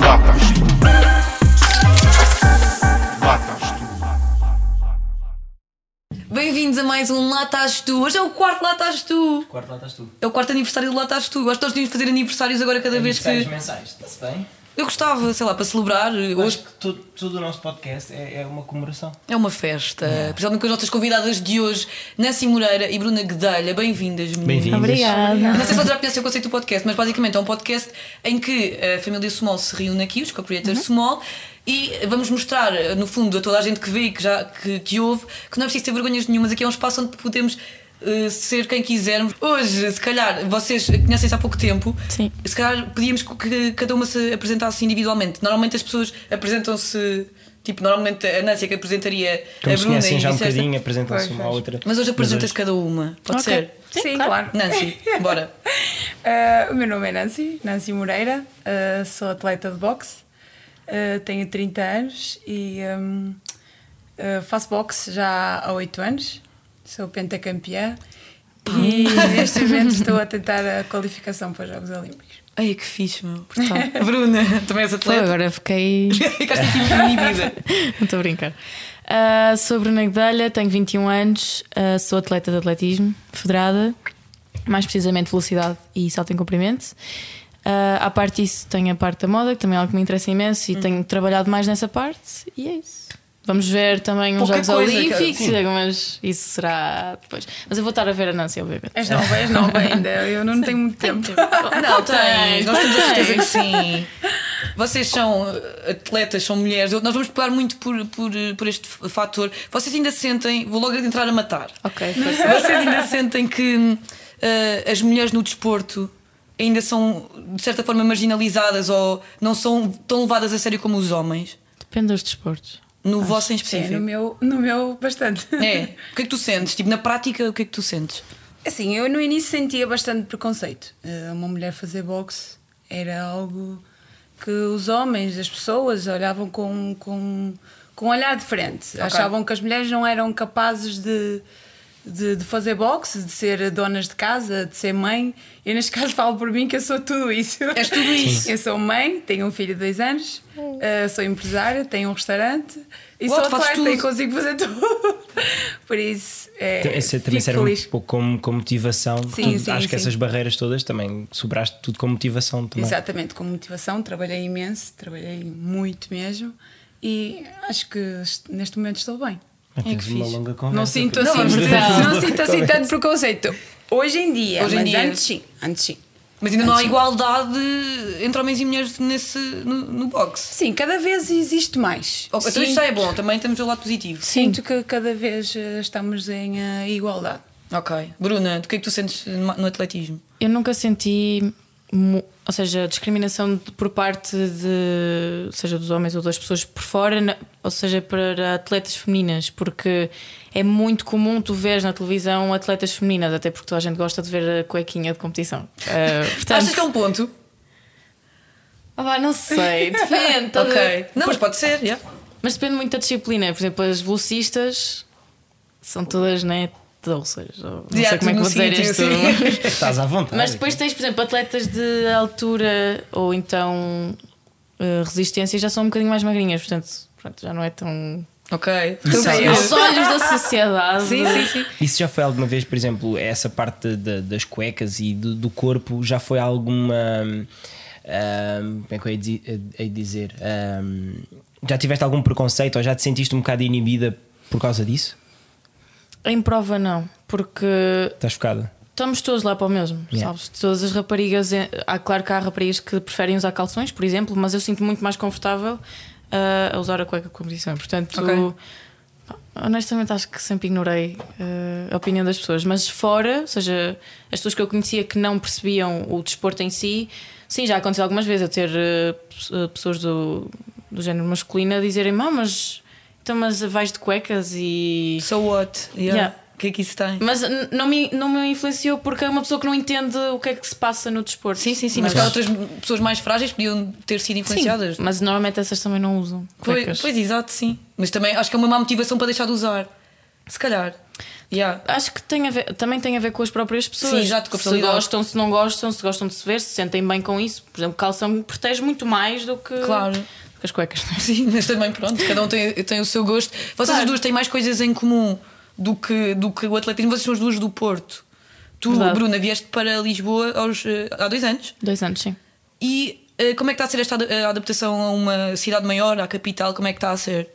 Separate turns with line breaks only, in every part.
Latas tu. Latas tu.
Bem-vindos a mais um Lá Estás Tu. Hoje é o quarto Lá Estás Tu.
Quarto lá estás tu.
É o quarto aniversário do Lá Estás Tu. Eu Acho que nós devíamos fazer aniversários agora cada vez
Mensagens
que.
mensais, está-se bem?
Eu gostava, sei lá, para celebrar. eh, Hoje
Hoje que tudo, tudo o nosso podcast é, é uma comemoração.
é uma festa. Principalmente com as nossas convidadas de hoje, Nancy Moreira e Bruna Guedelha. Bem-vindas, meninas.
Bem-vindas.
Obrigada.
Não sei se vocês já conhecem o conceito do podcast, mas basicamente é um podcast em que a família Small se reúne aqui, os co-creators
Uhum.
Small, e vamos mostrar, no fundo, a toda a gente que vê e que, já, que, que ouve, que não é preciso ter vergonhas nenhumas, aqui é um espaço onde podemos eh, ser quem quisermos. Hoje, se calhar, vocês conhecem-se há pouco tempo,
Sim.
se calhar pedíamos que- que cada uma se apresentasse individualmente. Normalmente as pessoas apresentam-se, tipo, normalmente a Nancy é que apresentaria
Como
a
É,
se
Bruna
conhecem
e
já um
vice-versa.
bocadinho, apresentam-se uma à outra.
Mas hoje apresentas cada uma, pode
Ok.
ser?
Sim,
Sim,
claro.
claro.
Nancy, bora.
Ah, o meu nome é Nancy, Nancy Moreira, ah, sou atleta de boxe, ah, tenho 30 anos e hum, ah, faço boxe já há 8 anos, sou pentacampeã e neste momento estou a tentar a qualificação para os Jogos Olímpicos.
Ai, que fixe, meu. Portanto, Bruna, também és
Pô,
atleta.
agora fiquei.
Ficaste aqui inibida.
Não estou a brincar. Ah, sou a Bruna Guedelha, tenho 21 anos, ah, sou atleta de atletismo, federada, mais precisamente velocidade e salto em comprimento. Ah, à parte disso, tenho a parte da moda, que também é algo que me interessa imenso e tenho trabalhado mais nessa parte, e é isso. Vamos ver também uns
Pouca
Jogos
coisa, cara,
Olímpicos, mas isso será depois. Mas eu vou estar a ver a Nancy, obviamente.
És nova, és nova ainda, eu não tenho muito tempo.
Não, tens. Nós temos a certeza que sim. Vocês são eh, atletas, são mulheres. Eu- Nós vamos pegar muito por, por, eh, por este f- fator. Vocês ainda sentem. Vou logo entrar a matar.
Ok,
Vocês ainda sentem que eh, as mulheres no desporto ainda são, de certa forma, marginalizadas ou não são tão levadas a sério como os homens?
depende dos desportos.
No vosso em
Sim, no
específico?
meu, no meu bastante.
É. O que é que tu sentes? Tipo, na prática, o que é que tu sentes?
Assim, eu no início sentia bastante preconceito. Eh, Uma mulher fazer boxe era algo que os homens, as pessoas, olhavam com, com, com um olhar diferente. Achavam que as mulheres não eram capazes de, de, de fazer boxe, de ser donas de casa, de ser mãe. Eu, neste caso, falo por mim que eu sou tudo isso.
És tudo isso.
Eu sou mãe, tenho um filho de dois anos, eh, sou empresária, tenho um restaurante e
Uau, tu
sou
fazes
atleta
tudo.
e
Então,
consigo fazer tudo. Por isso, é,
Essa também
fico
serve um
feliz.
pouco como, como motivação.
Sim,
Tu-
sim,
acho que
sim.
essas barreiras todas também superaste tudo como motivação também.
Exatamente, com motivação, trabalhei imenso, trabalhei muito mesmo e acho que est- neste momento estou bem.
Mas Tivemos uma
fixe.
longa conversa.
é Não sinto
Não,
assim,
é
não,
verdade.
sinto assim tanto preconceito. Hoje em dia,
Hoje em
mas
dia.
antes sim, antes sim.
Mas ainda não há igualdade entre homens e mulheres nesse, no, no boxe.
Sim, cada vez existe mais.
Ok, Então
Sim,
isto já é bom, também temos o lado positivo.
Sinto que cada vez eh, estamos em eh, igualdade.
Ok. Bruna, do que é que tu sentes no no atletismo?
Eu nunca senti, mu- ou seja, discriminação de- por parte de, seja dos homens ou das pessoas por fora, na- ou seja, para atletas femininas, porque é muito comum tu vês na televisão atletas femininas, até porque toda a gente gosta de ver a cuequinha de competição. Ah, portanto,
Achas que é um ponto?
Ah, vá, não sei, depende. toda-
Ok. Não, mas pode ser, yeah.
Mas depende muito da disciplina. Por exemplo, as velocistas são todas, né? Doces. ou- Não
Yeah,
sei como é que
no
vou dizer
sítio,
isto.
sim.
Estás à vontade.
Mas depois tens, por exemplo, atletas de altura ou então eh, resistência já são um bocadinho mais magrinhas, portanto, pronto, já não é tão.
Ok.
sabe-
Aos olhos da sociedade.
Sim, sim, sim.
Isso já foi alguma vez, por exemplo, essa parte da- das cuecas e do, do corpo, já foi alguma. ahm, como é que eu hei de hei de dizer? Ahm, já tiveste algum preconceito ou já te sentiste um bocado inibida por causa disso?
Em prova, não, porque
Estás focada?
Estamos todos lá para o mesmo,
Yeah.
sabes? Todas as raparigas, eh, há claro que há raparigas que preferem usar calções, por exemplo, mas eu sinto muito mais confortável ah, a usar a cueca de competição. é? Portanto,
Ok.
pá, honestamente acho que sempre ignorei ah, a opinião das pessoas, mas fora, ou seja, as pessoas que eu conhecia que não percebiam o desporto em si, sim, já aconteceu algumas vezes eu ter eh, pes- eh, pessoas do, do género masculino a dizerem, "Má, mas então mas vais de cuecas e
So what? Yeah.
Yeah.
O que é que isso tem?
mas n- não me, não me influenciou porque é uma pessoa que não entende o que é que se passa no desporto.
Sim, sim, sim. Mas, há outras pessoas mais frágeis que podiam ter sido influenciadas.
Sim, mas normalmente essas também não usam.
Pois, é.
cuecas.
pois, exato, sim. Mas também acho que é uma má motivação para deixar de usar. Se calhar. Yeah.
Acho que tem a ver- também tem a ver com as próprias pessoas.
Sim, exato, com a
se
personalidade.
gostam, se não gostam, se gostam de se ver, se sentem bem com isso. Por exemplo, calção protege muito mais do que,
Claro.
do que as cuecas. não é?
Sim, mas também pronto, cada um tem, tem o seu gosto. Vocês
Claro.
as duas têm mais coisas em comum do que, do que o atletismo, vocês são as duas do Porto. Tu,
Verdade.
Bruna, vieste para Lisboa aos, eh, há dois anos
Dois anos, sim.
e eh, como é que está a ser esta ad- a adaptação a uma cidade maior, à capital? Como é que está a ser?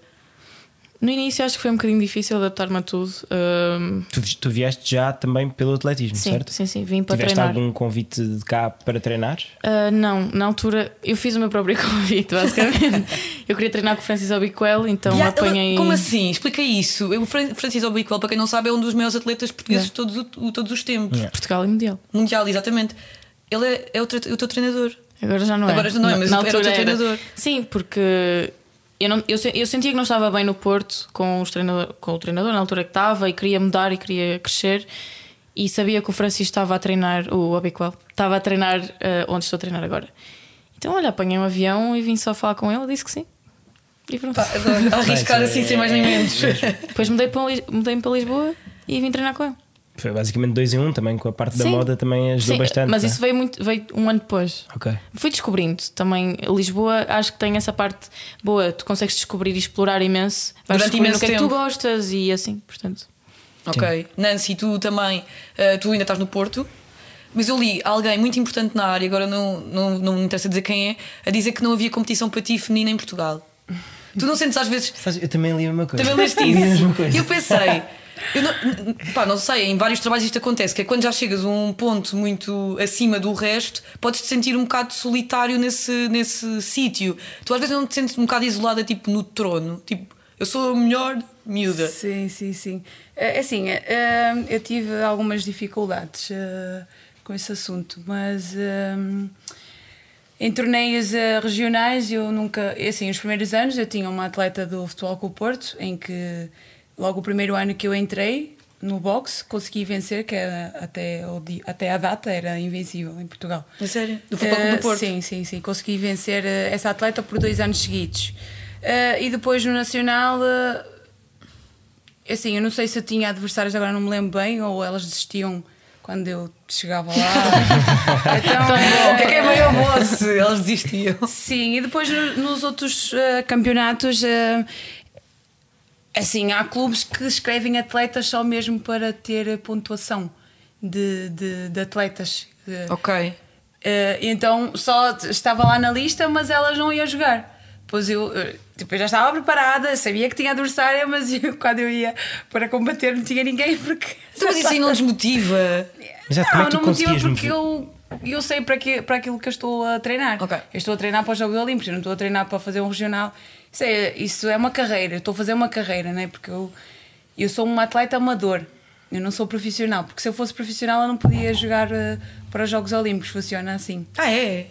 No início acho que foi um bocadinho difícil adaptar-me a tudo. Ahm,
Tu, tu vieste já também pelo atletismo,
sim,
certo?
sim, sim, vim para
Tiveste
treinar.
algum convite de cá para treinar?
Ah, não, na altura eu fiz o meu próprio convite, basicamente. eu queria treinar com o Francis Obiquel, então
Yeah,
apanhei.
Como assim? Explica isso. O Fran- Francisco Obiquel, para quem não sabe, é um dos maiores atletas
É.
portugueses de todos, o- o- todos os tempos.
Yeah.
Portugal e Mundial.
Mundial, exatamente. Ele é, é o, tre- o teu treinador.
Agora já não é.
Agora já não é,
Na-
mas
na
era o teu
altura
treinador.
Sim, porque eu, não, eu, se- eu sentia que não estava bem no Porto com, os treinador, com o treinador na altura que estava e queria mudar e queria crescer. E sabia que o Francisco estava a treinar, o Obiquel, estava a treinar ah, onde estou a treinar agora. Então, olha, apanhei um avião e vim só falar com ele, disse que sim. E pronto.
Pá, adoro. Arriscar
Mas,
assim,
é-
sem mais nem menos.
Depois mudei para Lis- mudei-me para Lisboa e vim treinar com ele.
Foi basicamente dois em um também, com a parte da
Sim.
moda também ajudou
Sim,
bastante.
Mas
né?
isso veio, muito, veio um ano depois.
Ok.
Fui descobrindo também. Lisboa, acho que tem essa parte boa. Tu consegues descobrir e explorar imenso. Vais
Durante
descobrindo
imenso
o que é que tu
tempo.
gostas e assim, portanto.
Ok. Nancy, tu também, eh, tu ainda estás no Porto, mas eu li alguém muito importante na área, agora não, não, não me interessa dizer quem é, a dizer que não havia competição para ti feminina em Portugal. Tu não sentes às vezes.
Sabes, Eu também li a mesma coisa.
Também leste
Li É a mesma
isso.
coisa.
E eu pensei. Eu não, n- n- pá, não sei, em vários trabalhos isto acontece, que é quando já chegas a um ponto muito acima do resto, podes te sentir um bocado solitário nesse, nesse sítio. Tu às vezes não te sentes um bocado isolada, tipo no trono, tipo, eu sou a melhor miúda.
Sim, sim, sim. É é assim, é, é, eu tive algumas dificuldades é, com esse assunto, mas é, em torneios é, regionais eu nunca. é Assim, os primeiros anos eu tinha uma atleta do Futebol com o Porto, em que logo o primeiro ano que eu entrei no boxe consegui vencer, que era até, o di- até a data era invencível em Portugal.
A sério? Do Futebol Clube do
Eh,
Porto?
Sim, sim, sim. Consegui vencer eh, essa atleta por dois anos seguidos. Eh, e depois no Nacional, eh, assim, eu não sei se eu tinha adversários, agora não me lembro bem, ou elas desistiam quando eu chegava lá. então, eh,
O que é que é maior voz? Elas desistiam.
Sim, e depois no- nos outros eh, campeonatos, eh, assim, há clubes que escrevem atletas só mesmo para ter pontuação de, de, de atletas. Eh,
Ok.
eh, então só t- estava lá na lista, mas elas não iam jogar. Pois eu, eh, tipo, eu já estava preparada, sabia que tinha adversária, mas eu, quando eu ia para combater não tinha ninguém porque.
Então, Mas isso aí não desmotiva.
Mas já, como é
Não,
que tu
não motiva
conseguias
porque
motivar?
eu, eu sei para, que, para aquilo que eu estou a treinar.
Ok.
Eu estou a treinar para os Jogos Olímpicos, eu não estou a treinar para fazer um regional. Isso é, isso é uma carreira, eu estou a fazer uma carreira, não é? Porque eu, eu sou uma atleta amador, eu não sou profissional. Porque se eu fosse profissional eu não podia jogar eh, para os Jogos Olímpicos, funciona assim.
Ah, é?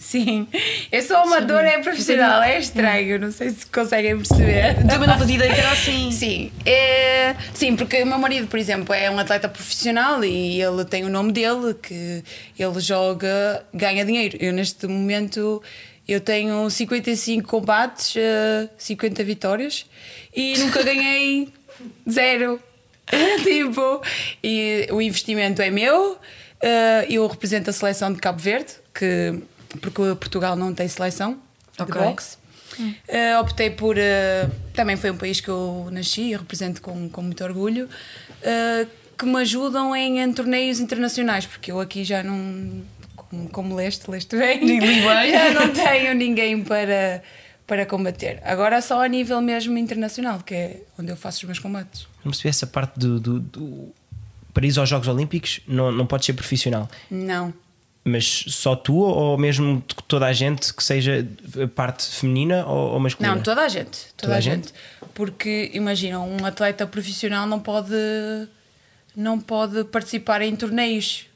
Sim, eu sou amador, é profissional, é estranho, não sei se conseguem perceber.
Também não fazia ideia que era assim.
Sim, é, sim, porque o meu marido, por exemplo, é um atleta profissional e ele tem o nome dele, que ele joga, ganha dinheiro. Eu neste momento eu tenho 55 combates, eh, 50 vitórias e nunca ganhei zero. tipo, e o investimento é meu, eh, eu represento a seleção de Cabo Verde, que, porque Portugal não tem seleção
Ok.
de boxe. Eh, optei por. eh, também foi um país que eu nasci e represento com, com muito orgulho, eh, que me ajudam em, em torneios internacionais, porque eu aqui já não. Como, como leste, leste bem.
Li- li bem.
Já não tenho ninguém para, para combater. Agora só a nível mesmo internacional, que é onde eu faço os meus combates.
Não percebi essa parte do, do, do- para ir aos Jogos Olímpicos, não, não pode ser profissional.
Não.
Mas só tu ou mesmo t- toda a gente que seja a parte feminina ou, ou masculina?
Não, toda a gente. Toda,
Toda a
a gente. Porque imagina, um atleta profissional não pode não pode participar em torneios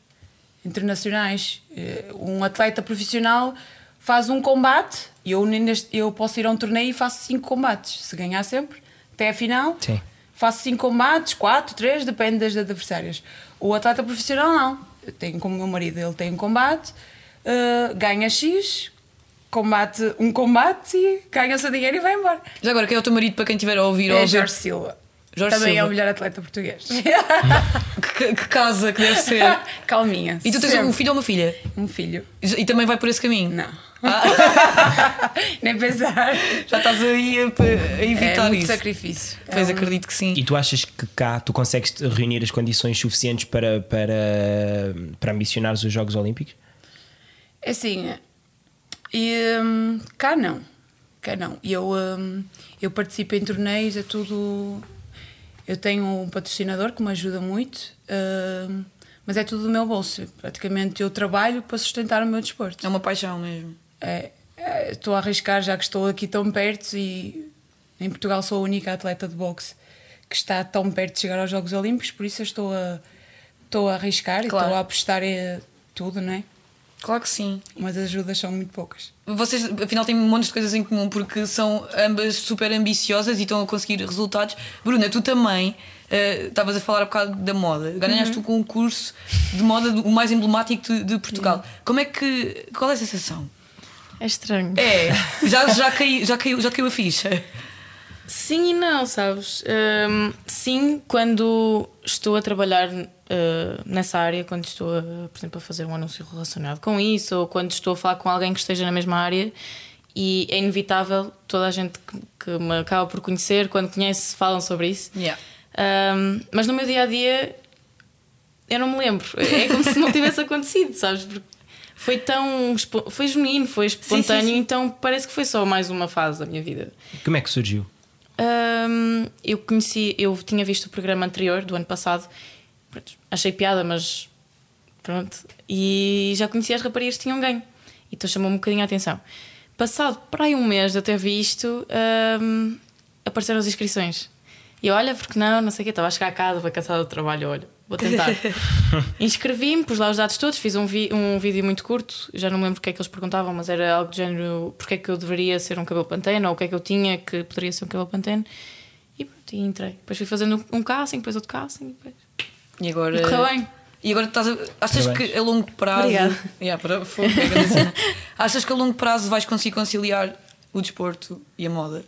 internacionais. Eh, Um atleta profissional faz um combate, eu, nem neste- eu posso ir a um torneio e faço cinco combates, se ganhar sempre, até a final.
Sim.
Faço cinco combates, quatro, três, depende das adversárias. O atleta profissional não. Eu tenho como meu marido, ele tem um combate, eh, ganha X, combate um combate e ganha o seu dinheiro e vai embora.
Já agora, quem é o teu marido para quem estiver a ouvir ou
É
a ver?
Jorge Silva.
Jorge
Também é o
Silva.
melhor atleta português.
que, que casa que deve ser.
Calminha.
E tu tens
sempre.
um filho ou uma filha?
Um filho?
E também vai por esse caminho?
Não.
Ah,
Nem pensar.
já estás aí a, a
É
evitar
muito
isso.
sacrifício.
Pois
é um-
acredito que sim.
E tu achas que cá tu consegues reunir as condições suficientes para, para, para ambicionares os Jogos Olímpicos?
É Assim, e, hum, cá não. Cá não. Eu, hum, eu participo em torneios, é tudo. Eu tenho um patrocinador que me ajuda muito, hum, mas é tudo do meu bolso. Praticamente eu trabalho para sustentar o meu desporto.
É uma paixão mesmo.
É, é, estou a arriscar, já que estou aqui tão perto e em Portugal sou a única atleta de boxe que está tão perto de chegar aos Jogos Olímpicos, por isso eu estou a, estou a arriscar
Claro.
e estou a apostar em tudo, não é?
Claro que sim.
Mas as ajudas são muito poucas.
Vocês, afinal, têm um monte de coisas em comum porque são ambas super ambiciosas e estão a conseguir resultados. Bruna, tu também eh, estavas a falar há bocado da moda. Ganhaste o concurso de moda do- o mais emblemático de, de Portugal. Como é que. Qual é a sensação?
É estranho.
É, já, já, caiu, já, caiu, já caiu a ficha.
Sim e não, sabes? Hum, sim, quando estou a trabalhar uh, nessa área, quando estou, a, por exemplo, a fazer um anúncio relacionado com isso, ou quando estou a falar com alguém que esteja na mesma área, e é inevitável, toda a gente que, que me acaba por conhecer, quando conhece, falam sobre isso.
Yeah.
Hum, mas no meu dia a dia, eu não me lembro. É como se não tivesse acontecido, sabes? Porque foi tão. espo- Foi genuíno, foi espontâneo,
sim.
então parece que foi só mais uma fase da minha vida.
Como é que surgiu?
Hum, eu conheci, eu tinha visto o programa anterior do ano passado, Pronto, achei piada, mas pronto. E já conhecia as raparigas que tinham ganho, então chamou-me um bocadinho a atenção. Passado para aí um mês de eu ter visto, hum, apareceram as inscrições. E eu, olha, porque não, não sei o quê, estava a chegar a casa, vou cansada do trabalho, olha, vou tentar. Inscrevi-me, pus lá os dados todos, fiz um, vi- um vídeo muito curto, já não me lembro o que é que eles perguntavam, mas era algo do género porque é que eu deveria ser um cabelo pantene ou o que é que eu tinha que poderia ser um cabelo pantene. E pronto, e entrei. Depois fui fazendo um casting, depois outro casting, depois.
E agora.
E correu bem.
E agora estás a, achas
Parabéns.
que a longo prazo.
Obrigada.
Yeah, para, foi uma grande cena. achas que a longo prazo vais conseguir conciliar o desporto e a moda?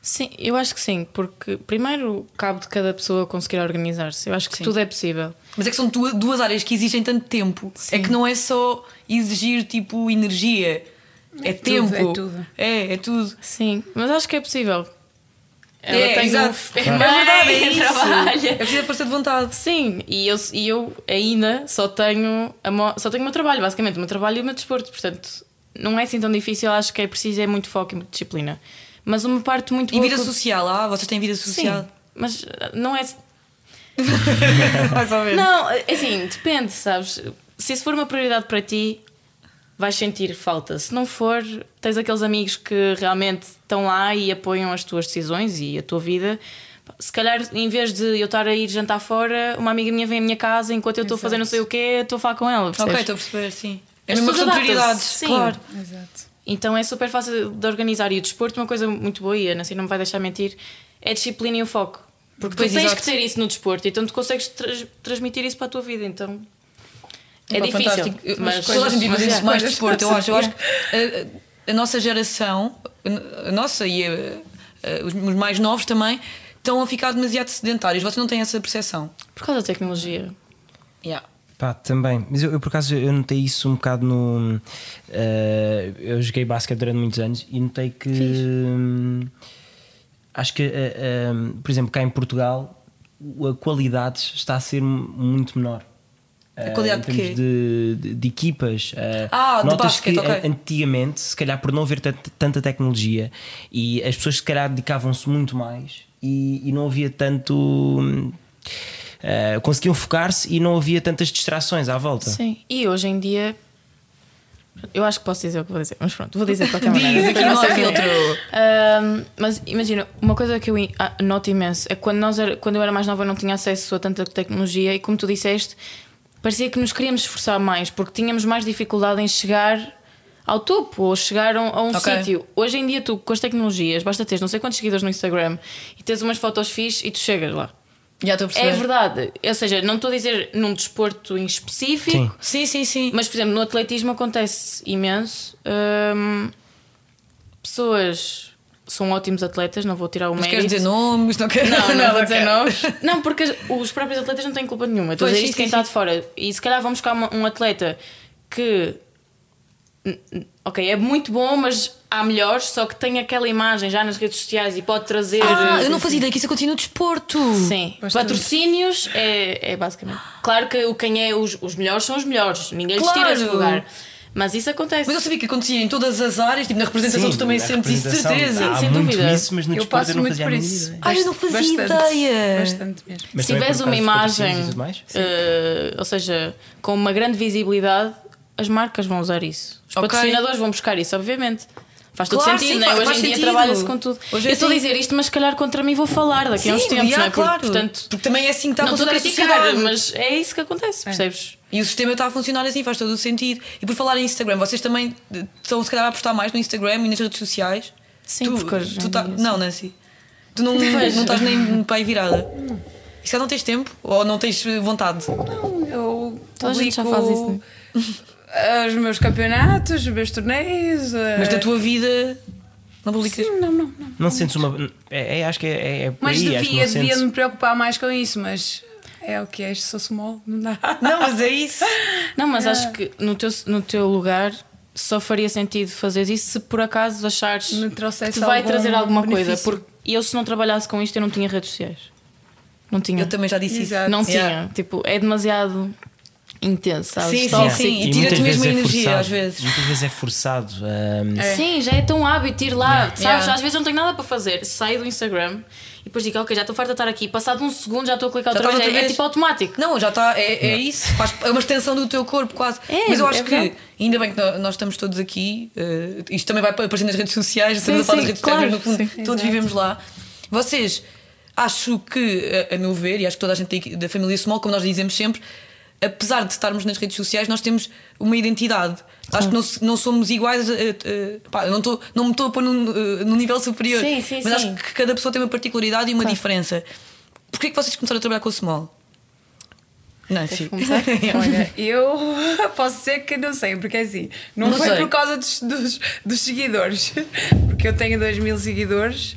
Sim, eu acho que sim, porque primeiro cabe de cada pessoa conseguir organizar-se. Eu acho que
Sim.
tudo é possível.
Mas é que são duas, duas áreas que exigem tanto tempo.
Sim.
É que não é só exigir tipo energia. É,
tudo,
tempo.
é tudo.
É, é tudo.
Sim, mas acho que é possível. Ela
é,
tem
exato.
um-
É verdade, é
Mãe,
isso. É
trabalha.
preciso a força de vontade.
Sim, e eu, e eu ainda só tenho, a mo- só tenho o meu trabalho, basicamente, o meu trabalho e o meu desporto. Portanto, não é assim tão difícil, acho que é preciso, é muito foco e muita disciplina. Mas uma parte muito
E
boa
vida
que eu-
social, ah, vocês têm vida social.
Sim, mas ah, não é.
Mais ou menos.
Não, é assim, depende, sabes? Se isso for uma prioridade para ti, vais sentir falta. Se não for, tens aqueles amigos que realmente estão lá e apoiam as tuas decisões e a tua vida. Se calhar, em vez de eu estar a ir jantar fora, uma amiga minha vem à minha casa enquanto eu estou a fazer não sei o quê, estou a falar com ela.
Ok,
percebes?
estou a perceber, sim. É
As
mesmo uma
pessoas
questão de
adaptam-se,
prioridades,
sim.
claro.
Exato.
Então é super fácil de organizar. E o desporto, uma coisa muito boa, e a Nancy não me vai deixar mentir, é a disciplina e o foco. Porque
Pois,
tu tens
exato.
que ter isso no desporto, então tu consegues tras- transmitir isso para a tua vida. Então é
Pá,
difícil.
fantástico. Mas toda a gente devia
mas
fazer
é.
mais
coisas.
desporto, eu acho. Eu acho que eh, a, a nossa geração, a nossa e a- a- os mais novos também, estão a ficar demasiado sedentários. Vocês não têm essa percepção.
Por causa da tecnologia.
Yeah.
Pá, também. Mas eu, eu, por acaso eu notei isso um bocado no. eh, eu joguei basquete durante muitos anos e notei que. hum, acho que, eh, eh, por exemplo, cá em Portugal o- a qualidade está a ser mu- muito menor.
A
Eh,
qualidade de
em termos
quê?
de, de- de equipas. eh,
Ah, de
notas
basquete,
que
ok.
eh, antigamente, se calhar por não haver tant- tanta tecnologia e as pessoas se calhar dedicavam-se muito mais e, e não havia tanto. hum, eh, conseguiam focar-se e não havia tantas distrações à volta.
Sim. E hoje em dia. Eu acho que posso dizer o que vou dizer, mas pronto, vou dizer de qualquer maneira.
Diz aqui
Depois
no
vocês veem.
filtro.
Ahm, mas imagina, uma coisa que eu in- ah, noto imenso é que quando, nós era- quando eu era mais nova eu não tinha acesso a tanta tecnologia e como tu disseste, parecia que nos queríamos esforçar mais porque tínhamos mais dificuldade em chegar ao topo ou chegar a um, a um
Ok.
sítio. Hoje em dia, tu com as tecnologias, basta teres não sei quantos seguidores no Instagram e tens umas fotos fixe e tu chegas lá.
Já estou a perceber.
É verdade, ou seja, não estou a dizer num desporto em específico,
Sim.
Sim, sim, sim.
mas, por exemplo, no atletismo acontece imenso. hum, pessoas são ótimos atletas, não vou tirar o
Mas
mérito.
queres dizer nomes? Não queres
é Não, não vou dizer
quero.
nomes. Não, porque as- os próprios atletas não têm culpa nenhuma. Estou a
Pois,
dizer
sim,
isto quem
sim,
está
sim.
de fora. E se calhar vamos buscar uma- um atleta que. n- n- Ok, é muito bom, mas há melhores, só que tem aquela imagem já nas redes sociais e pode trazer.
Ah, eu não fazia ideia que isso acontecia no desporto.
Sim,
Bastante.
patrocínios é, é basicamente. Claro que o quem é os, os melhores são os melhores, ninguém lhes tira
Claro.
esse lugar. Mas isso acontece.
Mas eu sabia que acontecia em todas as áreas, tipo na representação
Sim,
tu também
a
sentes isso de
representação,
certeza. é um
Há
Sim, sem
muito
dúvida.
isso, mas no
Eu
desporto
passo
eu não
muito
fazia a
por
mínima
isso.
ideia.
Ai, eu não fazia ideia.
Bastante mesmo.
Mas
se
também
tiveres
por causa
uma
dos
imagem,
patrocínios e tudo mais?
eh, ou seja, com uma grande visibilidade, as marcas vão usar isso. Os
Ok.
patrocinadores vão buscar isso, obviamente. Faz todo
Claro,
sentido,
sim,
não é?
faz-
Hoje
faz
em dia
sentido.
trabalha-se com tudo.
Hoje é
eu estou a
assim.
dizer isto, mas se calhar contra mim vou falar daqui a uns tempos,
já,
não é? Por-
claro.
Portanto,
Porque também é assim que está a
não estou a
funcionar a
criticar,
sociedade.
mas é isso que acontece, percebes?
E o sistema está a funcionar assim, faz todo o sentido. E por falar em Instagram, vocês também eh, estão se calhar a apostar mais no Instagram e nas redes sociais?
Sim,
tu,
porque hoje
tu
em
tá-
dia,
Não, Nancy. Tu não, não estás nem para aí virada. E se calhar não tens tempo? Ou não tens eh, vontade?
Não, eu
Toda a gente já
publico
faz isso, né?
Os meus campeonatos, os meus torneios.
Mas da tua vida não publicas?
Eh, Sim, não, não, não.
Não sentes uma. É, é- acho que é, é por
Mas
aí, acho que
devia,
não sentes.
devia me preocupar mais com isso, mas é o que é, isto sou small, não dá.
Não, mas é isso.
Não, mas
É.
acho que no teu, no teu lugar só faria sentido fazer isso se por acaso achares
Me trouxesse
que te vai
algum
trazer alguma coisa.
benefício.
Porque eu, se não trabalhasse com isto, eu não tinha redes sociais. Não tinha.
Eu também já disse isso.
Exato.
Não
Yeah.
tinha. Tipo, é demasiado intenso, sabes? assim,
Sim,
Tóxico.
sim, e
muitas
tira-te mesmo
vezes é
a energia,
forçado.
às vezes.
Muitas vezes é forçado. hum,
Sim, já é tão hábito ir lá, sabes?
Yeah.
Às vezes eu não tenho nada para fazer. Saio do Instagram e depois digo, ok, já estou farta de estar aqui. Passado um segundo já estou a clicar
Já
outra,
estás
vez.
outra
É, é
vez.
tipo automático.
Não, já está, é, é isso. Faz- é uma extensão do teu corpo, quase.
É,
Mas eu
é
acho
verdade.
que, ainda bem que no- nós estamos todos aqui, eh, isto também vai aparecer nas redes sociais,
Sim,
estamos a falar das
sim,
redes sociais,
claro,
mas no fundo,
sim.
todos vivemos lá. Vocês, acho que, a, a meu ver, e acho que toda a gente aqui da família Small, como nós dizemos sempre, apesar de estarmos nas redes sociais, nós temos uma identidade. Acho que não, se- não somos iguais. eh, eh, pá, não, tô, não me estou a pôr num, eh, num nível superior.
Sim, sim,
mas
sim.
acho que cada pessoa tem uma particularidade e uma diferença. Porquê que vocês começaram a trabalhar com o Small? Não, é assim. sim.
começar?
Olha, eu posso dizer que não sei, porque é assim, não,
Não
foi
sei.
por causa dos, dos, dos seguidores, porque eu tenho 2 mil seguidores.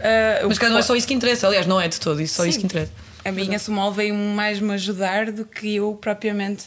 ah, o
Mas cara, não é
po-
só isso que interessa. Aliás, não é de todo isso, só isso que interessa.
A minha Small veio mais me ajudar do que eu propriamente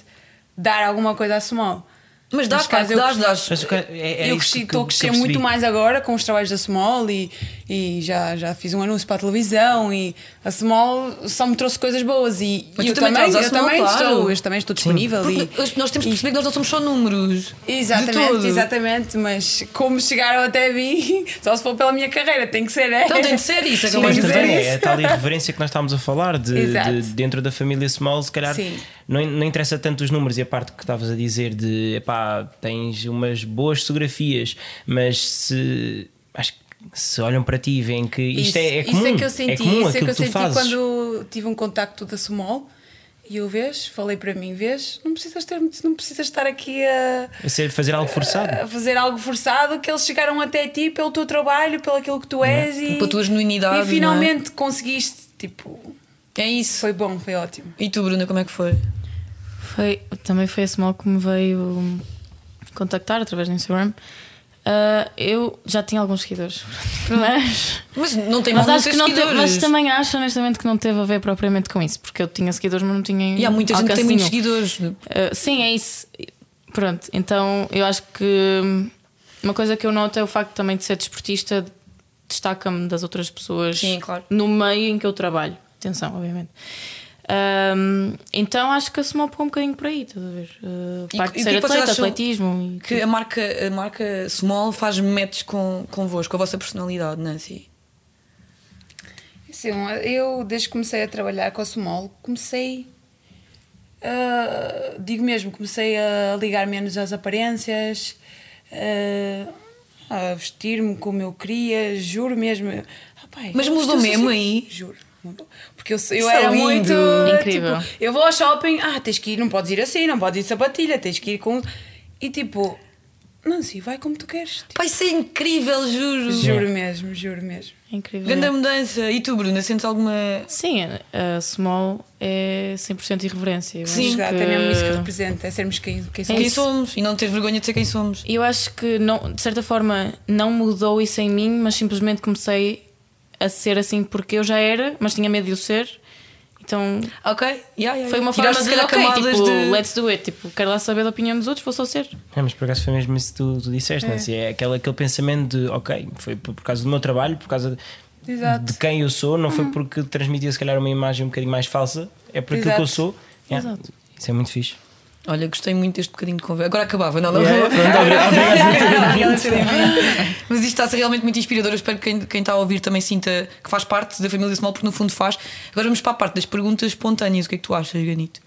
dar alguma coisa à Small.
Mas dás,
Neste
pá,
caso, eu
dás,
cres-
dás.
mas o que- é- é
eu
isso
cresci,
que-
estou a
que
crescer
eu percebi.
muito mais agora com os trabalhos da Small e, e já, já fiz um anúncio para a televisão e a Small só me trouxe coisas boas e,
Mas tu
e eu
também
também,
estás à
eu
Small,
também
claro.
estou, eu também estou disponível
Porque
e
nós- nós temos de perceber que nós não somos só números. de
Exatamente,
todo.
exatamente, mas como chegaram até mim, só se for pela minha carreira, tem que ser, é?
Então tem de ser isso.
Sim,
acabou
mas
de dizer.
também
dizer
é a tal irreverência que nós estávamos a falar de,
Exato.
de- dentro da família Small, se calhar
Sim.
não, não interessa tanto os números e a parte que estavas a dizer de epá, tens umas boas fotografias, mas se acho que se olham para ti e veem que isto é, é comum,
isso é que eu senti,
comum
isso é
aquilo
que eu
tu
senti
fazes.
quando tive um contacto da Sumol e eu vês, falei para mim, vês, não precisas ter, não precisas estar aqui a,
A é ser- fazer algo forçado.
a fazer algo forçado, que eles chegaram até ti pelo teu trabalho, pelo aquilo que tu és e
Pela tua genuinidade, não
E
é?
finalmente conseguiste, tipo,
É isso.
foi bom, foi ótimo.
E tu, Bruna, como é que foi?
Foi, também foi esse mal que me veio contactar através do Instagram. Ah, eu já tinha alguns seguidores, mas,
Mas não tem
mas
mais
acho
muitos
que não te-
seguidores.
mas também acho honestamente que não teve a ver propriamente com isso, porque eu tinha seguidores, mas não tinha.
E há muita gente que tem muitos
alcance nenhum.
seguidores.
Uh, sim, é isso. Pronto, então eu acho que hum, uma coisa que eu noto é o facto também de ser desportista destaca-me das outras pessoas
Sim, claro.
no meio em que eu trabalho. Atenção, obviamente. Hum, então acho que a Small põe um bocadinho por aí, estás a ver? Uh,
E-
parte
e
de
o
ser
que é que vocês
atleta,
acham
atletismo. e-
Que a marca, a marca Small faz match com, convosco, com a vossa personalidade, é assim? Nancy.
Sim, um, eu desde que comecei a trabalhar com a Sumol, comecei. ah, digo mesmo, comecei a ligar menos às aparências, ah, a vestir-me como eu queria, juro mesmo. Ah, pai,
Mas mudou
vestiu-se
mesmo
assim,
aí?
Juro. mudou. Porque eu, se- eu
Isso é
era
lindo.
muito.
Incrível.
tipo, eu vou ao shopping, ah, tens que ir, não podes ir assim, não podes ir de sapatilha, tens que ir com. E tipo, Nancy, vai como tu queres. Tipo,
Vai ser incrível, juro.
juro mesmo, juro mesmo.
É incrível.
Grande mudança. E tu, Bruna, sentes alguma.
Sim, a Small é 100% irreverência. Eu
Sim,
acho
exato,
que-
é mesmo isso que representa, é sermos quem, quem somos.
Quem
isso.
somos? E não ter vergonha de ser quem somos.
Eu acho que, não, de certa forma, não mudou isso em mim, mas simplesmente comecei a ser assim porque eu já era, mas tinha medo de o ser. Então
Ok? Yeah, yeah,
foi uma
yeah.
forma
Tiraste,
de,
se calhar,
ok,
camadas
tipo,
de.
let's do it. Tipo, quero lá saber da opinião dos outros, vou só ser.
É, mas por acaso foi mesmo isso que tu, tu disseste, é. Nancy. É aquele, aquele pensamento de, ok, foi por, por causa do meu trabalho, por causa de,
Exato. Uhum.
de quem eu sou, não foi porque transmitia se calhar uma imagem um bocadinho mais falsa, é por aquilo que eu
Exato.
sou. Yeah,
Exato.
Isso é muito fixe.
Olha, gostei muito deste bocadinho de conversa. Agora acabava, não, não
Yeah,
vou.
pronto, obri-
Obrigada por terem vindo. Mas isto está a ser realmente muito inspirador. Eu espero que quem, quem está a ouvir também sinta que faz parte da família Small, porque no fundo faz. Agora vamos para a parte das perguntas espontâneas. O que é que tu achas, Ganito?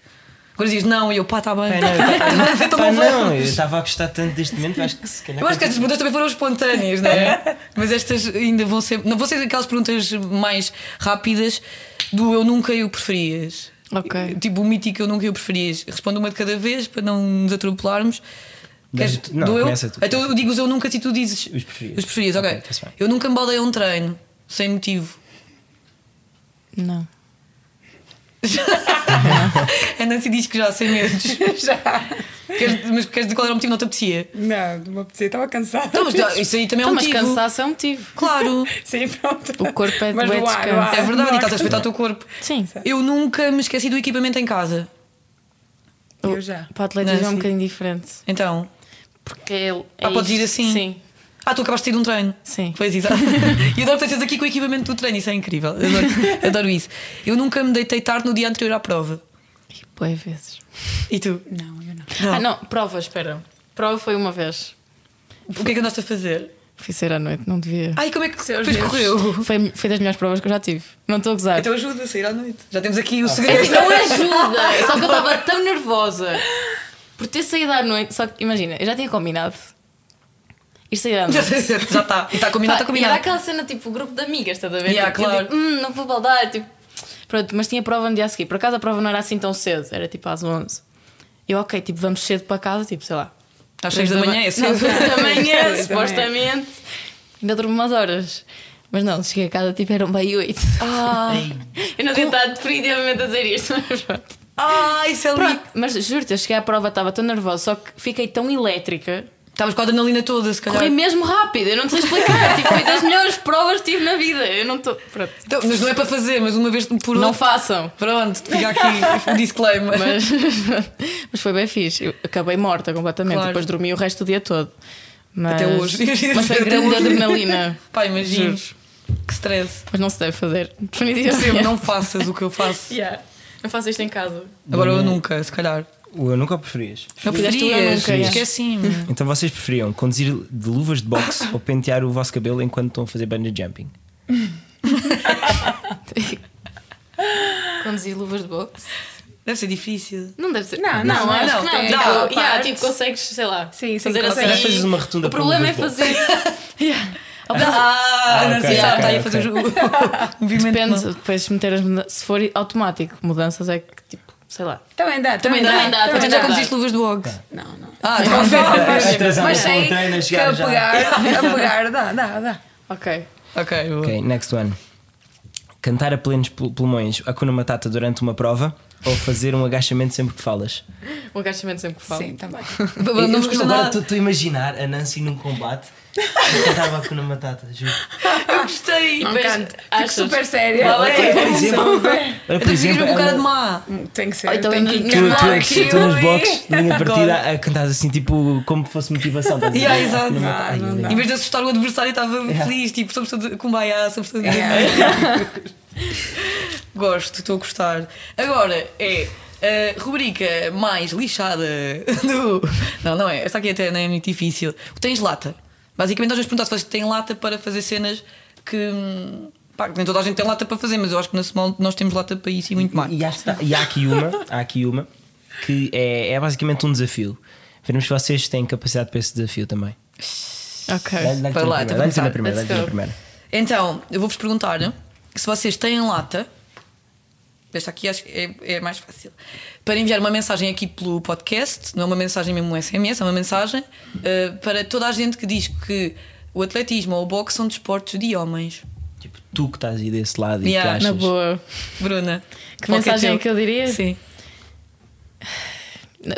Agora dizes não, e eu, pá, está bem.
Pá, não, eu-
Foi tão
pá,
bom.
não, eu estava a gostar tanto deste momento, acho que se calhar.
Eu acho que estas perguntas também foram espontâneas, não é? Mas estas ainda vão ser. Não vão ser aquelas perguntas mais rápidas do eu nunca e o preferias.
Ok.
Tipo o mítico eu nunca e o preferias. Responde uma de cada vez para não nos atropelarmos.
Mas tu- não,
do eu?
começa tu.
Então eu digo os eu nunca e tu dizes.
Os preferias.
Os preferias, ok.
Ok, está-se bem.
eu nunca embalei um treino, sem motivo.
Não.
A Nancy diz que já, sem medos.
Já.
Queres- mas queres dizer qual era o motivo? Não te apetecia.
Não, não me apetecia, estava cansada.
Então, mas isso aí também é
Então,
um
mas
motivo.
cansaço é um motivo.
Claro.
Sim, pronto.
O corpo é de
Mas
bué
não há,
descanso.
não há.
É verdade, e
Não há
estás a respeitar o teu corpo.
Sim.
Eu nunca me esqueci do equipamento em casa.
Eu já.
Para o atletismo
Não,
é um
sim.
bocadinho diferente.
Então.
Porque ele.
Ah, podes ir
isto.
assim?
Sim.
Ah, tu acabaste de ir de um treino.
Sim.
Pois, exato. e adoro que tu estejas aqui com o equipamento do treino, isso é incrível. Adoro, adoro isso. Eu nunca me deitei tarde no dia anterior à prova.
E bué vezes.
E tu?
Não, eu não.
Não.
Ah, não, prova, espera. Prova foi uma vez.
O que é que andaste a fazer?
Fui sair à noite, não devia.
Ai, como é que
Seus
depois
Deus.
correu?
Foi, foi das melhores provas que eu já tive. Não estou a gozar.
Então ajuda a sair à noite. Já temos aqui o
É
segredo.
assim, não ajuda! É Só que eu estava tão nervosa por ter saído à noite. Só que imagina, eu já tinha combinado ir sair à
Já
noite.
está. E está combinado, está
Pá, Tá, e era
combinado.
aquela cena tipo grupo de amigas, estás a ver?
Yeah,
Tipo, eu
claro.
digo, "Hum, não vou baldar. Tipo, pronto, mas tinha prova no dia a seguir. Por acaso a prova não era assim tão cedo, era tipo às 11. Eu, ok, tipo, vamos cedo para casa, tipo, sei lá.
Às seis da manhã, é
Não,
cedo.
três da manhã,
Três da manhã.
supostamente. Ainda durmo umas horas. Mas não, cheguei a casa, tipo, eram bem 8.
Ah.
Eu não tentava definitivamente a dizer isto, mas pronto.
Ah, isso é lindo.
Pronto, mas juro-te, eu cheguei à prova, estava tão nervosa, só que fiquei tão elétrica.
Estavas com a adrenalina toda, se calhar.
Corri mesmo rápido, eu não sei explicar. tipo, foi das melhores provas que tive na vida. Eu não estou. Pronto.
Então, mas não é para fazer, mas uma vez por
Não
outra.
façam.
Pronto, fica aqui o disclaimer.
Mas, mas foi bem fixe. Eu acabei morta completamente.
Claro.
Depois dormi o resto do dia todo. Mas,
Até hoje.
Mas foi
Até
grande
hoje.
adrenalina.
Pá, imagino.
Juro.
Que stress.
Mas não se deve fazer. Definitivamente.
Percebo, não faças o que eu faço.
Yeah. Não faço isto em casa.
Agora eu nunca, se calhar.
O eu nunca o preferias.
Não
Fizeste tu, eu
preferias.
nunca, yeah.
Esqueci-me.
Então vocês preferiam conduzir de luvas de boxe ou pentear o vosso cabelo enquanto estão a fazer bungee jumping?
Conduzir luvas de boxe.
Deve ser difícil.
Não deve ser.
Não, não,
não,
acho que
tem
Tipo,
aquela
yeah,
parte.
tipo, consegues, sei lá.
Sim, sim,
fazer
consegues.
assim.
Fazes uma retunda
o
para
problema é
luvas de
fazer. yeah. O problema-
Ah, não
ok,
sei, já
ok,
está aí a
ok.
fazer o o movimento.
Depende,
não.
depois meter as mudanças. Se for automático, mudanças é que tipo, sei lá.
Também dá,
Também
também,
dá.
Também dá,
Então
também
já
dá.
conduziste luvas de boxe.
Não, não.
Ah, então
Mas sei que
treino a
a
chegar já.
pegar, a pegar, dá, dá, dá.
Ok.
Ok, boa.
Ok, next one. Cantar a plenos pul- pulmões a Kuna Matata durante uma prova ou fazer um agachamento sempre que falas?
O agachamento sempre que falo.
Sim, também.
Não nos custa
agora
nada.
estou a imaginar a Nancy num combate e cantava a Kuna Matata, juro.
Eu gostei.
Não
Mas
canto.
Fico
Achas?
super séria.
Vá,
É,
vai,
Por exemplo, olha, por
Então ficas
exemplo
mesmo com cara de
ela,
má.
Tem que ser.
Ou então
tem que
ainda-
tu, é
encarar
tu, tu,
aquilo
tu nos
e-
blocos, na linha
Adoro.
partida, a cantar assim, tipo, como fosse motivação. estás a ver?
Yeah, exato.
Kuna Matata. Ai,
Não,
eu
não
odeio.
dá.
Em vez de assustar o adversário, estava feliz, tipo, somos todos com baia, somos todos.
É.
Gosto, estou a gostar. Agora é a rubrica mais lixada do. Não, não é. Esta aqui até não é muito difícil. O tens lata. Basicamente, nós vamos perguntar se vocês têm lata para fazer cenas que. hum, Pá, que nem toda a gente tem lata para fazer, mas eu acho que na Small nós temos lata para isso e muito mais.
E, há, esta- e há aqui uma, há aqui uma que é, é basicamente um desafio. Veremos se vocês têm capacidade para esse desafio também.
Ok.
Dá-lhe-
Para
Dá-lhe
lá,
lá,
então
dá-lhe na
vamos
primeira,
lá.
dá-lhe na
Let's
primeira.
Então, eu vou-vos perguntar se vocês têm lata desta aqui acho que é, é mais fácil. Para enviar uma mensagem aqui pelo podcast, não é uma mensagem mesmo um SMS, é uma mensagem eh, para toda a gente que diz que o atletismo ou o boxe são desportos de homens.
Tipo, tu que estás aí desse lado
Yeah,
e que
Na
achas.
boa.
Bruna.
Que
qual é
mensagem
teu?
é que eu diria?
Sim.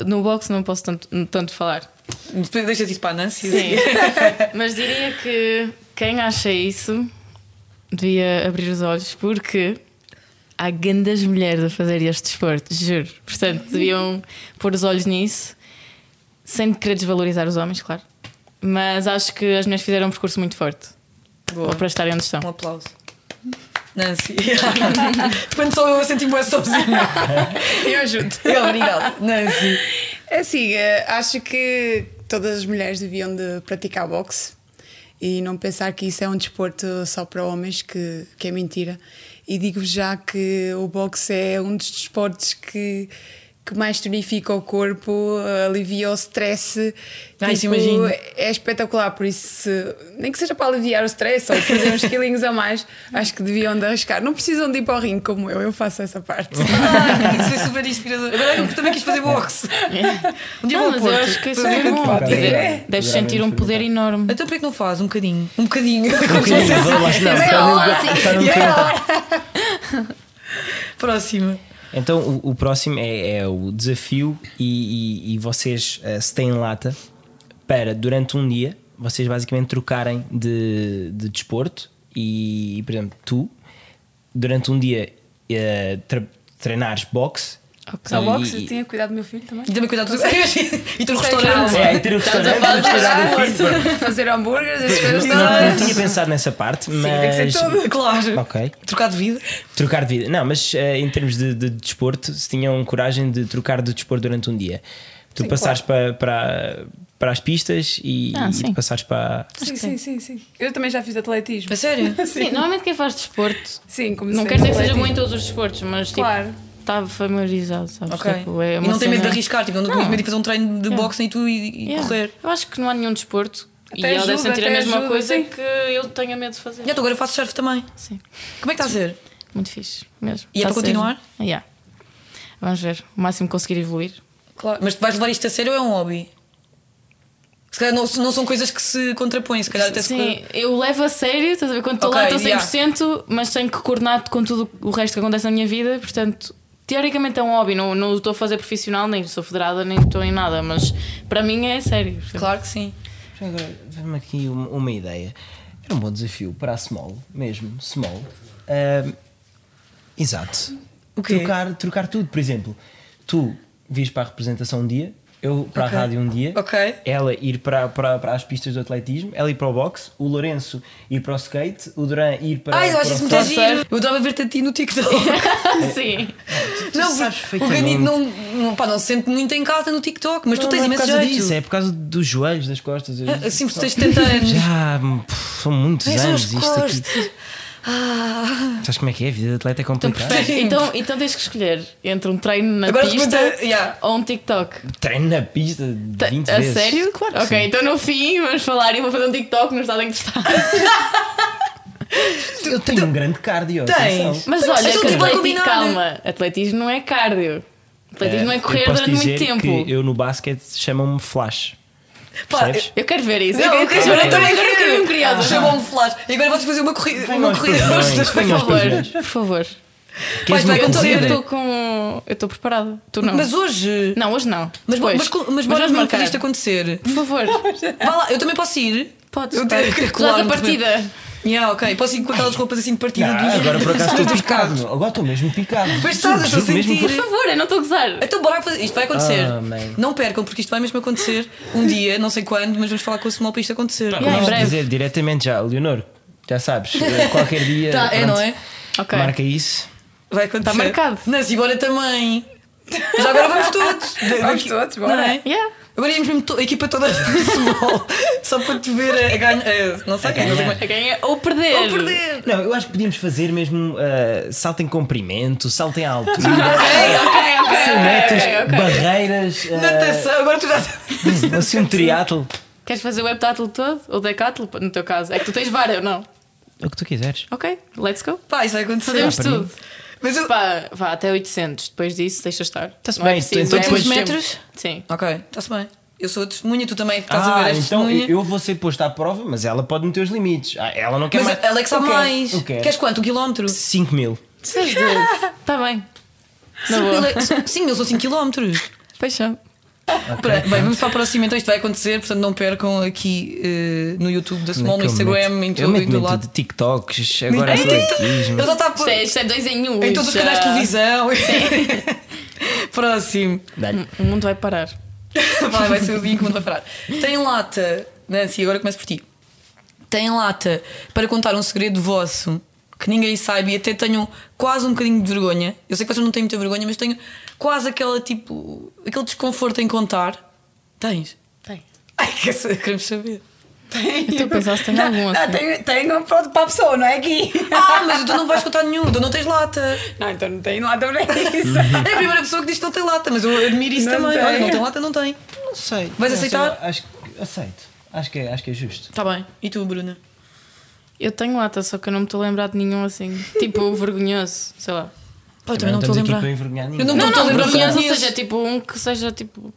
No box não posso tanto, tanto falar.
Depois Deixas isso para a Nancy.
Sim. Mas diria que quem acha isso devia abrir os olhos porque há grandes mulheres a fazer este desporto, juro. Portanto, deviam pôr os olhos nisso, sem querer desvalorizar os homens, claro. Mas acho que as mulheres fizeram um percurso muito forte
Boa.
para estarem onde estão.
Um aplauso. Nancy. Quando sou eu, eu senti-me sozinha.
Eu ajudo.
Obrigada. Nancy.
É assim, eh, acho que todas as mulheres deviam de praticar boxe e não pensar que isso é um desporto só para homens, que, que é mentira. E digo-vos já que o boxe é um dos desportos que, que mais tonifica o corpo, eh, alivia o stress.
Ah, isso imagino.
É espetacular, por isso, se- nem que seja para aliviar o stress ou fazer uns quilinhos a mais, acho que deviam de arriscar. Não precisam de ir para o ringue como eu, eu faço essa parte.
Ah, isso é super inspirador. Agora eu também quis fazer boxe. Um dia
É.
vou ao
Não, mas eu
Porto.
acho que isso
Vou
é
ver
bom.
quanto vale.
Deve- Deves sentir um poder enorme.
Então porquê que não faz? Um bocadinho. Um bocadinho. Próxima.
Então o, o próximo é, é o desafio e, e- e vocês eh, se têm lata para durante um dia vocês basicamente trocarem de, de desporto e, por exemplo, tu durante um dia eh, tre- treinares boxe.
Só
e-
boxe,
e-
eu tinha cuidado do meu filho também.
E também cuidado dos E tu no restaurante.
É, e ter o restaurante, mas
um
cuidar do
um
filho, pronto.
Fazer hambúrgueres, essas coisas
Não, não
todas.
tinha pensado nessa parte,
tem que ser
mas.
Claro.
Ok.
Trocar de vida.
Trocar de vida. Não, mas eh, em termos de, de desporto, se tinham coragem de trocar de desporto durante um dia. Tu passares para, para, para as pistas e,
Ah,
e
sim.
passares para.
Sim, sim, sim, sim. Eu também já fiz atletismo.
A sério?
Sim, normalmente quem faz desporto
Sim, comecei
Não quer dizer que seja
atletismo.
bom em todos os desportos, mas tipo,
Claro.
está familiarizado, sabes?
Ok.
Tipo, é
e
uma
não tem medo de
cena-
arriscar. Tipo, não tens
Não.
medo de fazer um treino de
Yeah.
boxe e tu e, e
Yeah.
correr.
Eu acho que não há nenhum desporto e
Até
ela deve
ajuda,
sentir a
até
mesma
ajuda,
coisa
sim.
que eu tenho medo de fazer.
E então agora eu faço surf também.
Sim,
Como é que está a ser?
muito fixe mesmo.
E é
Tá
para
a ser-
continuar?
Yeah. Vamos ver, o máximo que conseguir evoluir.
Claro. Mas tu vais levar isto a sério ou é um hobby? Se calhar não, não são coisas que se contrapõem, se calhar até se.
Sim, eu levo a sério, estás a ver? Quando estou
Ok,
lá estou
yeah.
100%, mas tenho que coordenar com tudo o resto que acontece na minha vida, portanto, teoricamente é um hobby, não, não estou a fazer profissional, nem sou federada, nem estou em nada, mas para mim é sério. portanto.
Claro que sim.
Agora, dá-me aqui uma, uma ideia. Era um bom desafio para a Small, mesmo, Small. Ahm, exato.
O quê?
Trocar, trocar tudo. Por exemplo, tu vires para a representação um dia, eu para
Ok.
a rádio um dia,
Ok.
ela ir para, para, para as pistas do atletismo, ela ir para o boxe, o Lourenço ir para o skate, o Duran ir para.
Ai, eu
para
acho
o
isso muito
surf.
giro. Eu adorava ver-te a ti no TikTok.
Sim.
não,
sabes
porque o Ganito
perfeitamente.
não, não, pá, não se sente muito em casa no TikTok, mas
Não,
tu tens
não é por
imenso
causa
jeito.
disso, é por causa dos joelhos, das costas. Eu-
Ah, Assim, porque tens 70 anos.
Já pff, são muitos
Ai, são
anos
as
isto aqui.
costas. Ah,
Sabes como é que é? A vida de atleta é
Então,
complicada.
preferes- então, então tens que escolher entre um treino na
Agora
pista
pergunta- yeah.
ou um TikTok.
Treino na pista 20
Tá, a
vezes.
sério? Claro. Ok, então no fim vamos falar e eu vou fazer um TikTok no estado em que tu estás.
Eu tenho um grande cardio.
Tens.
atenção.
Mas
Então,
olha, é
então
que
tipo, vai
atleti-
combinar.
calma, atletismo não é cardio. Atletismo é,
Eh,
correr
eu posso
durante muito
dizer
tempo.
que eu no basquete chamam-me flash.
Pá,
Percebes?
Eu quero ver isso.
Não,
eu
eu
quero
quero-
ver. um
eu também
agora
quero.
fiquei mesmo curiosa.
Chamou-me um flash. E agora vais fazer uma corrida.
Venham
Uma
aos
corrida
pavilhões,
aos dois.
venham
Por
aos
favor,
pavilhões.
por favor.
vai,
Queres uma
Eu
Então,
tô-
sim,
Eu
corrida?
estou com. Eu estou preparada. Tu não.
Mas hoje.
Não, hoje não.
Mas,
Depois.
mas, mas, mas,
vamos
bora ver o que
marcar.
isto acontecer.
Por favor.
Vá lá, eu também posso ir.
Podes.
Eu tenho que
Tu dás a
colar-me também.
partida.
Yeah, ok. Posso ir com aquelas roupas assim de partida
Ah,
dos-
agora por acaso estou
dos
picado.
carros.
meu. Agora estou mesmo picado.
Pois estás, eu estou a
Juro mesmo
sentir.
Por favor, eu não estou a gozar.
Então bora fazer. Isto vai acontecer.
Ah, man.
não percam, porque isto vai mesmo acontecer um dia, não sei quando, mas vamos falar com o Small para isto acontecer.
Yeah, em
Vamos
breve.
dizer diretamente já, Leonor, já sabes, eh, qualquer dia.
Tá, é,
pronto,
não é?
Ok.
Marca isso.
Vai acontecer.
Está Tá marcado.
Nancy, bora também. Já agora vamos todos.
Vamos todos, bora.
Não é?
Yeah.
Agora íamos mesmo to- a equipa toda de Small. Só para te ver a, a ganhar. a- Não sei quem, não sei como é.
A ganhar ou perder.
Ou perder.
Não, eu acho que podíamos fazer mesmo eh, salto em comprimento, salto em altura,
Ok, É, ok. tá
metas, barreiras, eh,
Natação, agora tu já.
assim um triatlo,
Queres fazer o heptatlo todo? Ou decatlo, no teu caso? É que tu tens vara, eu não.
o que tu quiseres.
Ok, let's go.
é Pá, isso vai acontecer.
Fazemos tudo.
Mas eu.
Pá, vá até 800, depois disso deixa estar.
Tá-se
Não é
bem,
preciso,
então
é
depois-
muito tempo.
metros?
Sim.
Ok, está-se bem. Eu sou testemunha, tu também estás a
Ah,
ver és
então
testemunha.
eu eu vou ser posto à prova, mas ela pode meter os limites. Ah, ela não quer
Mas
mais.
Alex há
Eu quero,
mais.
Eu quero.
Queres quanto? Um quilómetro?
5 mil.
Tá
Está bem. Na boa.
Ele- Sim, eu sou 5 quilómetros.
Fechou.
Pra- Bem, vamos para a próxima, então isto vai acontecer, portanto não percam aqui eh, no YouTube da Small,
Onde
no
é que eu
Instagram,
meto?
em
Eu
tudo, em
meto
todo
muito
lado. Então,
de TikToks, agora atletismo.
Ele já está por-
Isto é, isto é dois em um.
em todos os
já.
canais de televisão. Próximo.
Dá-lhe.
Hum, O mundo vai parar.
Vai, vai ser o dia em que o mundo vai parar. Tem lata, Nancy, agora começo por ti. Tem lata para contar um segredo vosso que ninguém saiba e até tenham quase um bocadinho de vergonha. Eu sei que vocês não têm muita vergonha, mas tenho quase aquela tipo. aquele desconforto em contar. Tens?
Tem.
Ai, que essa- queremos saber.
Estou a pensar se tem algum
Não,
assim.
tenho, tenho um para para a pessoa, não é aqui.
Ah, mas tu não vais contar nenhum, tu não tens lata.
Não, então não tenho lá também isso.
É a primeira pessoa que diz que não tem lata, mas eu admiro isso
Não
também.
tem.
Olha, não tem lata, não tem.
Não sei.
Vais
Não sei,
aceitar?
acho que aceito. Acho que é, acho que é justo.
Está bem. E tu, Bruna?
Eu tenho lata, só que eu não me estou a lembrar de nenhum assim. Tipo, vergonhoso, sei lá.
Pá, eu também não estou a
estamos
lembrar.
aqui para envergonhar
Eu
ninguém.
não
Não,
estou a
não,
lembrar de
vergonhoso, ou
nenhum.
seja, tipo, um que seja tipo.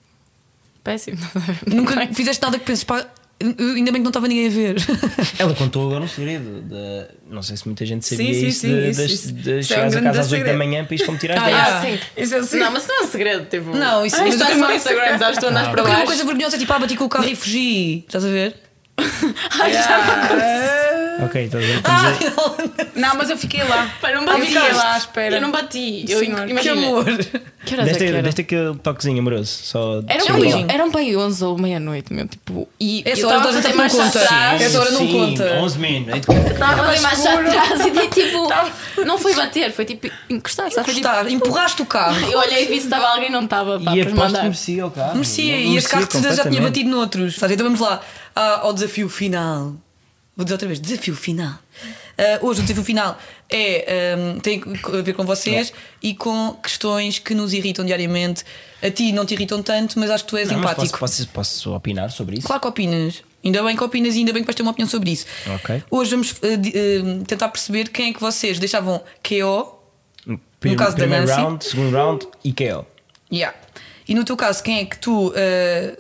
péssimo.
Nunca fizeste nada que penses, pá, eu- eu- ainda bem que não estava ninguém a ver.
Ela contou agora um segredo. da- Não sei se muita gente sabia
sim,
isso,
sim,
de,
isso,
das,
isso.
de
Isso é um
chegares a
grande
casa às 8 da
segredo.
manhã para ires como tirar
Ah,
10.
yeah.
sim.
Isso é o
Não,
segredo.
mas isso não é um segredo, tipo.
Não, isso-
ah,
mas
isto
eu
é só
também-
Instagram, sabes, tu andas para
Porque uma
baixo.
coisa vergonhosa é tipo, ah, bati com o carro e fugi. Estás a ver?
Ok, então estás a ver? Estamos
Ah,
a-
Não, mas eu fiquei lá.
Pá, não bati.
Eu fiquei lá à espera.
Eu não bati. Eu
Senhora, que
que
imagina.
amor.
Que horas é
Deste,
que era?
deste aquele toquezinho amoroso. Só
Era
Sim.
um,
Sim.
era um pai 11 ou meia-noite, meu. Tipo, e
Essa
eu
hora
estava
toda
a fazer
não
mais
conta.
atrás.
Essa hora não
Sim,
conta.
11 minutos.
Estava a fazer mais
escuro.
atrás e dei tipo. Não foi bater, foi tipo encostar. sabe? Foi, tipo,
Encostar, empurraste o carro.
Eu olhei e vi se estava alguém não estava. Pá,
E é
para
aposto que
mandar.
merecia o carro.
Ah, Merecia, e este carro que já tinha batido noutros. Sabe, então vamos lá ah, ao desafio final. Vou dizer outra vez: desafio final. Ah, hoje o desafio final é, ahm, tem a ver com vocês e com questões que nos irritam diariamente. A ti não te irritam tanto, mas acho que tu és
Não, mas
empático.
posso, posso, posso opinar sobre isso?
Claro que opinas. Ainda bem que opinas e ainda bem que vais ter uma opinião sobre isso.
Ok.
Hoje vamos eh, di- eh, tentar perceber quem é que vocês deixavam KO.
Prim-
caso da
primeiro
Nancy.
round, segundo round e KO.
Yeah. E no teu caso, quem é que tu. eh,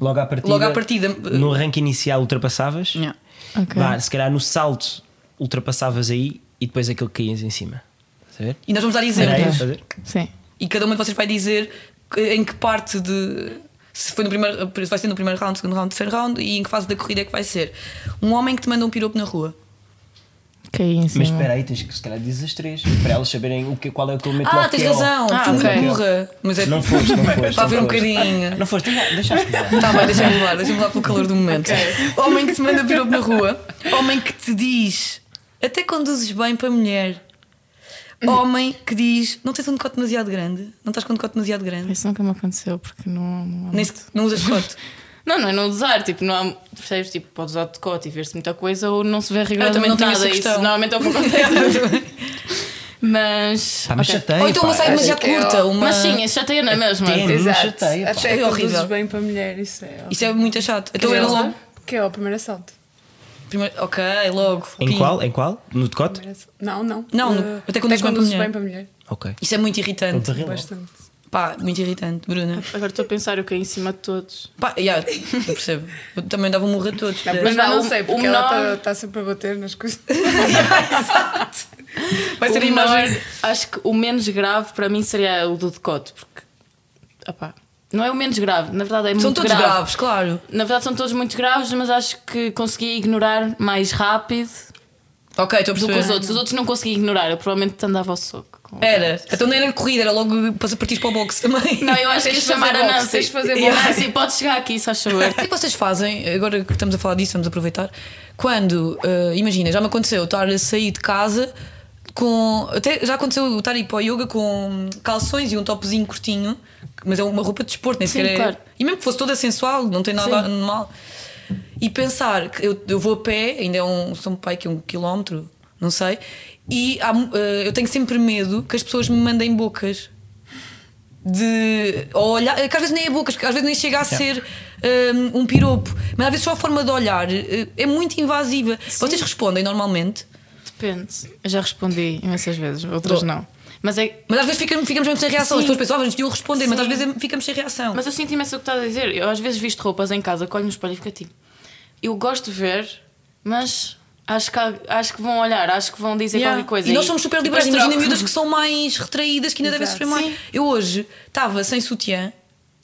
Logo à partida.
Logo à partida, eh,
No ranking inicial ultrapassavas.
Yeah.
Ok.
Vá, se calhar no salto ultrapassavas aí e depois aquele que caías em cima. Estás a ver?
e nós vamos dar
Era
exemplos.
é isso, estás a ver?
Sim.
E cada uma de vocês vai dizer que- em que parte de. Se foi no primeiro. Vai ser no primeiro round, segundo round, terceiro round e em que fase da corrida é que vai ser. Um homem que te manda um piropo na rua.
Caí em
Mas espera aí, tens que se calhar dizes as três para elas saberem o que, qual é o que eu meto
Ah,
logo
tens
KO.
razão,
Ah,
fui
ok.
muito burra. Mas é
Não foste, não foste.
para ver um
não foste.
bocadinho.
Não foste, deixa- deixaste levar.
Tá bem, deixa-me levar, deixa-me levar pelo calor do momento. Homem que te manda piropo na rua, homem que te diz até conduzes bem para mulher, homem que diz não tens um decote demasiado grande, não estás com um decote demasiado grande,
Isso nunca me aconteceu porque não, não há.
nem se- não usas decote.
Não, não é não usar, tipo, não há, percebes? Tipo, podes usar decote e ver-se muita coisa ou não se vê
Eu
rigorosamente
também não tenho
nada.
essa
Isso
questão.
normalmente é o que acontece. Tá, mas.
Pá, mas
ok.
chateia.
Ou então uma
pá.
saia demasiado
que é
curta, uma.
Mas sim, chateia na mesma.
Tem, não
Exato.
chateia. pá.
Até
É
é
horrível.
horrível. bem para mulher, isso é.
Isso é muito chato. Então
horrível.
era logo.
Que é o primeiro assalto.
Primeiro- Ok, logo.
Em
Pim.
qual? Em qual? No decote?
Primeiro assalto. Não, não.
Não,
Eh,
não. Até conduzes bem para mulher.
bem para mulher.
Ok.
Isso é muito irritante.
Barril.
Bastante.
Pá, muito irritante, Bruna.
Agora estou a pensar, eu caí em cima de todos.
Pá, yeah, eu percebo. Eu também dava um murro a todos.
Mas
vá,
não,
um-
não
o-
sei,
o
porque ela
menor-
está sempre a bater nas coisas.
Vai ser a
O menor,
imagem.
acho que o menos grave para mim seria o do decote, porque. opá, não é o menos grave, na verdade é
São
muito
todos
grave.
graves, claro.
Na verdade são todos muito graves, mas acho que consegui ignorar mais rápido
Ok, estou a
do que os
perceber.
outros. Os outros não consegui ignorar, eu provavelmente andava ao soco. com-
Era. Então não era corrida, era logo para partir para o boxe também.
Não, eu acho que
Tens
ia
de fazer
chamar a
boxe,
Nancy.
tens de fazer
Yeah.
boxe.
Nancy, pode chegar aqui, só
O
chover.
que é que vocês fazem, agora que estamos a falar disso, vamos aproveitar, quando, eh, imagina, já me aconteceu estar a sair de casa com. Até já aconteceu eu estar a ir para o yoga com calções e um topzinho curtinho, mas é uma roupa de desporto, nem
Sim,
sequer é-
claro.
E mesmo que fosse toda sensual, não tem nada
Sim.
normal. E pensar que eu, eu vou a pé, ainda é um São Pai que é um quilómetro, não sei, e há mu- eh, eu tenho sempre medo que as pessoas me mandem bocas de ou olhar, que às vezes nem é bocas, que às vezes nem chega a ser hum, um, piropo, mas às vezes só a forma de olhar eh, é muito invasiva. Vocês respondem normalmente?
Depende. Eu já respondi imensas vezes, outras
Bom.
não. Mas, é,
Mas às vezes ficamos, ficamos mesmo sem reação. As
Sim.
pessoas pensam, ah, mas deviam responder, mas às
Sim.
vezes ficamos sem reação.
mas eu sinto imenso o que estás a dizer. Eu às vezes visto roupas em casa, colho-me no espelho e fico tipo. Eu gosto de ver, mas acho que, há- acho que vão olhar, acho que vão dizer
Yeah.
qualquer coisa.
E nós somos super liberais.
depois
Imagina
troco.
miúdas que são mais retraídas, que ainda devem sofrer
Exato.
mais.
Sim.
Eu hoje estava sem sutiã,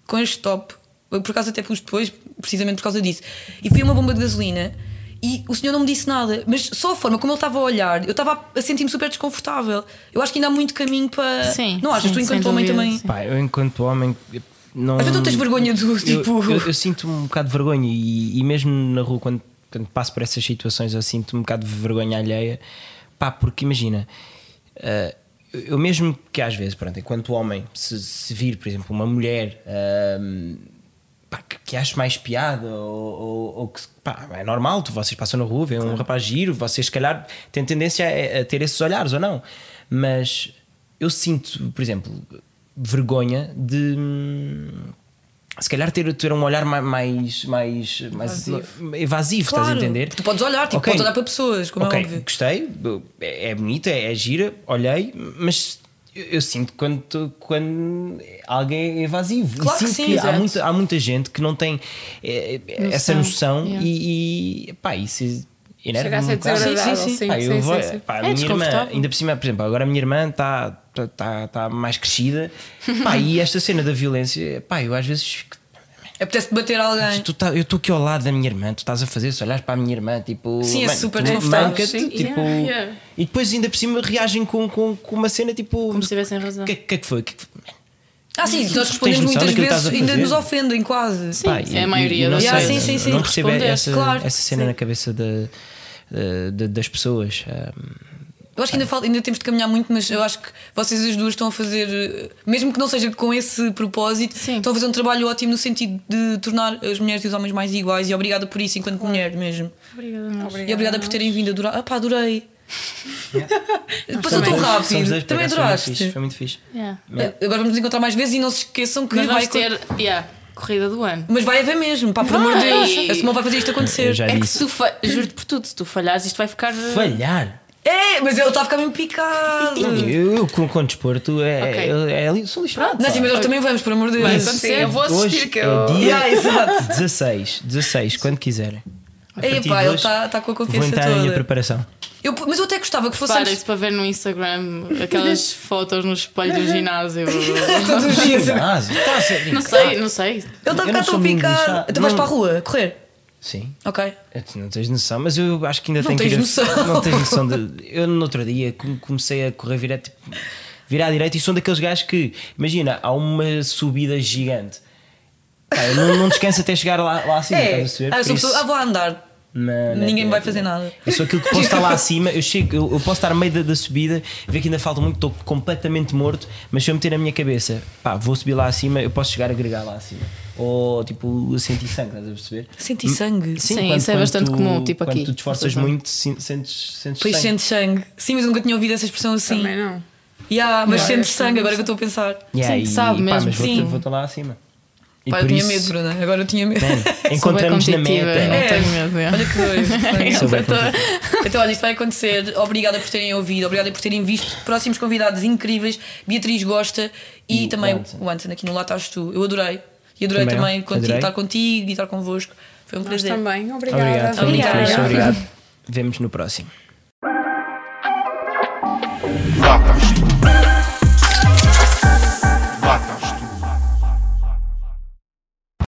com este top, eu por acaso até pus depois, precisamente por causa disso, e fui a uma bomba de gasolina. E o senhor não me disse nada, mas só a forma como ele estava a olhar, eu estava a sentir-me super desconfortável. Eu acho que ainda há muito caminho para.
Sim,
não achas?
sim,
tu, enquanto
sem
homem,
dúvida,
também.
sim.
Pá, eu enquanto homem. Não...
Às vezes tu tens vergonha do
Eu-
tipo.
Eu, eu sinto um bocado de vergonha e, e mesmo na rua, quando, quando passo por essas situações, eu sinto um bocado de vergonha alheia. Pá, porque imagina, ah, eu- eu mesmo que às vezes, pronto, enquanto homem, se, se vir, por exemplo, uma mulher. ah, pá, que, que acho mais piada ou, ou- ou que se- pá, é normal, tu, vocês passam na rua, vêem um rapaz giro, vocês se calhar têm tendência a, a ter esses olhares ou não. Mas eu sinto, por exemplo, vergonha de hum, se calhar ter, ter um olhar ma- mais, mais, mais evasivo, estás a
Claro,
entender?
tu podes olhar, tipo,
Ok.
podes olhar para pessoas, como é
Ok,
óbvio.
gostei, é, é bonita, é, é gira, olhei, mas eu, eu sinto quando, tu- quando alguém é evasivo. E
Claro que
sinto
sim,
há,
exato.
muita, há muita gente que não tem eh, eh, essa
Noção,
noção
yeah.
e, e pá, isso enerva
Chega a ser desagradável. Sim, sim, sim.
Pá, eu
sim,
vou-
sim.
pá, a
É
minha irmã,
desconfortável.
ainda por cima, por exemplo, agora a minha irmã está tá, tá, tá mais crescida pá, e esta cena da violência, pá, eu às vezes fico
Apetece-te bater
se
alguém.
tu tá- eu estou aqui ao lado da minha irmã, tu estás a fazer, se olhares para a minha irmã, tipo.
Sim, é
man,
super
tu
desconfortável,
manca-te,
sim.
tipo,
Yeah, yeah.
E depois, ainda por cima, reagem com, com, com uma cena tipo.
Como se tivessem razão.
O que, que é que foi? Que é que foi?
Ah, sim, nós respondemos
noção
muitas
daquilo que estás
vezes
a
e ainda
fazer?
nos ofendem quase.
Sim,
Pá,
é
e-
a
e-
maioria
e não
das
sei,
vezes. Ah, sim, sim, sim.
Não percebo
Responder,
essa,
claro.
essa cena na cabeça da- da- da- das pessoas. ah,
Eu acho que ainda, falta, ainda temos de caminhar muito, mas eu acho que vocês as duas estão a fazer, eh, mesmo que não seja com esse propósito,
Sim.
estão a fazer um trabalho ótimo no sentido de tornar as mulheres e os homens mais iguais e obrigada por isso enquanto mulher mesmo.
Obrigada, nós.
e obrigada por terem vindo adorar. Ah pá, adorei. Passou
também,
tão
somos dois,
rápido.
por
Também
acaso, foi muito fixe,
adoraste.
Foi muito fixe.
Yeah.
Eh, Agora vamos nos encontrar mais vezes e não se esqueçam que
Mas
vai
vamos
ter...
ter yeah, corrida do ano.
Mas vai haver mesmo, pá, por amor de Deus.
Vai.
A Simão vai fazer isto
Eu
acontecer.
já
É que
disse.
se tu fa... juro-te por tudo, se tu falhares, isto vai ficar.
Falhar!
É, mas ele está a ficar mesmo picado.
Eu, com, com desporto, é,
Ok.
é, é, ali- sou lixado.
Não,
pá.
sim, mas nós também vamos, por amor de
Vai
Deus.
acontecer.
eu vou assistir
Hoje
que
é
eu.
dia
Yeah, exato.
16, 16, quando quiserem. A
Ei,
partir
pá,
de
ele
hoje,
tá- tá com a
Vou
confiança
entrar na minha
toda.
preparação.
Eu- mas eu até gostava que fosse antes-
Preparem-se para ver no Instagram aquelas fotos no espelho do ginásio.
todos os dias. Ele
Ginásio, tá a ser-
não sei, não sei.
está a
Eu não
ficar
sou
tão
menino
picado.
lixado.
Tu vais
Não.
para a rua correr?
Sim,
Ok.
eu te- não tens noção, mas eu acho que ainda
Não
tenho que
tens
ir a-
noção.
Não tens noção de. Eu no outro dia come- comecei a correr virar, tipo, virar à direita e sou um daqueles gajos que, imagina, há uma subida gigante. Pá, eu não, não descanso até chegar lá, lá acima,
é.
estás a perceber?
Ah, eu
Por
sou
isso-
pessoa. Ah, vou andar.
Não, não,
Ninguém
não,
vai
não.
fazer nada.
Eu sou aquilo que posso estar lá acima, eu chego, eu, eu posso estar a meio da, da subida, ver que ainda falta muito, estou completamente morto, mas se eu meter na minha cabeça, pá, vou subir lá acima, eu posso chegar a agregar lá acima. Ou tipo, sentir sangue, estás a perceber?
Sentir sangue.
Sim, isso é bastante comum, tipo
quando
aqui.
tu te esforças
Exato.
muito, sin- sentes, sentes
Pois
sangue.
sente sangue. Sim, mas eu nunca tinha ouvido essa expressão assim.
Também não.
Yeah, mas
Não,
sente
eu
sangue, agora que eu estou a pensar.
Yeah,
Sim,
e,
sabe
pá,
mesmo,
mas vou-
sim.
Vou estar lá acima. E
Pá, eu
por
tinha
isso,
medo, Bruna. Agora eu tinha medo.
bem,
Sou bem
Encontramos na
competitiva,
meta.
Não
É.
tenho medo. é.
Olha que doido.
Sou bem
então, olha, isto vai acontecer. Obrigada por terem ouvido, obrigada por terem visto. Próximos convidados incríveis. Beatriz gosta e,
E
também
o Anson.
o Anton, aqui no Lá Estás Tu. Eu adorei. E adorei
Também eu.
também, contigo,
Adorei.
estar contigo e estar convosco. Foi um
Mas
prazer.
também, obrigada.
Obrigado, foi muito
Obrigada.
fixe, obrigado. Vemos no próximo.
lá estás tu.